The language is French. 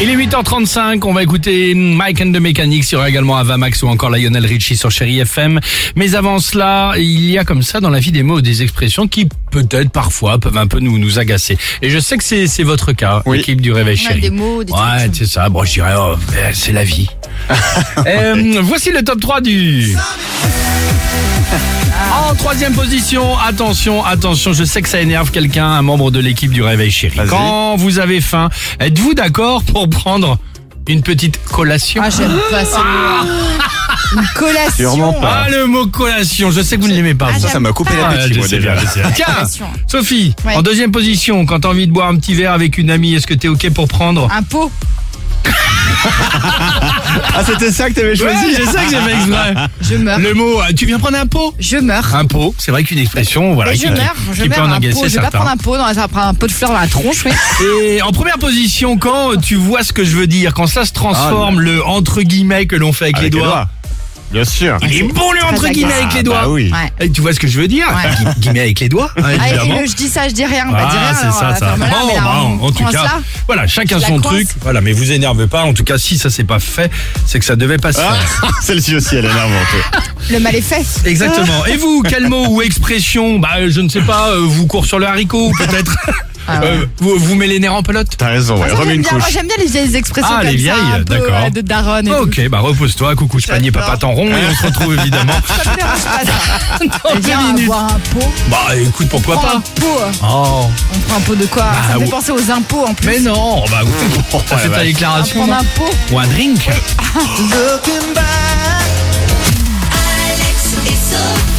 Il est 8h35, on va écouter Mike and the Mechanics, il y aura également Avamax ou encore Lionel Richie sur Chéri FM. Mais avant cela, il y a comme ça dans la vie des mots des expressions qui peut-être parfois peuvent un peu nous nous agacer. Et je sais que c'est c'est votre cas, Oui. l'équipe du Réveil On a Chéri. des mots, des ouais, trucs. c'est ça. Bon, je dirais, oh, ben, c'est la vie. Euh, voici le top 3 du... En troisième position, attention, attention, je sais que ça énerve quelqu'un, un membre de l'équipe du Réveil Chéri. Vas-y. Quand vous avez faim, êtes-vous d'accord pour prendre une petite collation Ah, j'aime pas ça. Une collation. Sûrement Ah, pas. le mot collation, je sais que vous ne l'aimez pas. Ah, vous. Ça, ça m'a coupé Ah, l'appétit, je moi, sais déjà. bien, je sais. Tiens, Collation. Sophie, Ouais. en deuxième position, quand t'as envie de boire un petit verre avec une amie, est-ce que t'es ok pour prendre Un pot. Ah, c'était ça que t'avais Vas-y, choisi c'est ça que j'ai fait exprès. Je meurs. Le mot, euh, tu viens prendre un pot Je meurs. Un pot, c'est vrai qu'une expression, voilà, Mais qui, je meurs. qui Je peut meurs. en Un pot. agacer Je vais pas prendre certains. un pot. Dans, ça va prendre un pot de fleurs dans la tronche. Oui. Et en première position, quand tu vois ce que je veux dire, quand ça se transforme, le entre guillemets que l'on fait Ah, avec, les Avec doigts. Bien sûr. Il est bon le entre très guillemets agaçant. avec les Ah, doigts. bah oui. Ouais. Et tu vois ce que je veux dire Ouais. Gui- Guillemets avec les doigts, hein, Ah, et évidemment. le je dis ça, je dis rien. Bah, dis rien. Ah, c'est alors, ça, euh, ça. ferme-la, Bon, mais là, bah, on en tout prend cas, ça. voilà, chacun Je la son coince. truc. Voilà, mais vous énervez pas. En tout cas, si ça s'est pas fait, c'est que ça devait pas se Ah, faire. Celle-ci aussi, elle est énervante. le mal est fait. Hein Exactement. Et vous, quel mot ou expression Bah, euh, je ne sais pas. euh, vous court sur le haricot, peut-être. Ah ouais. Euh, vous vous met les nerfs en pelote. T'as raison, ouais. Ça, Remets j'aime une bien, moi, couche. J'aime bien les vieilles expressions Ah, comme les ça, un vieilles, peu, d'accord. euh, de daronne et tout. Ok, bah repose-toi, coucou, je panier, papa t'enrond, et on se retrouve évidemment. Ça me dérange pas ça. deux Viens minutes. boire un pot. Bah écoute, pourquoi Prends un pas pot. Oh, On prend un pot de quoi Ça me ou- fait penser aux impôts en plus. mais non, bah oui, t'as fait ta Oh, la vache. Ah, On va déclaration. prendre un pot. Ou un drink Alex et Sophie.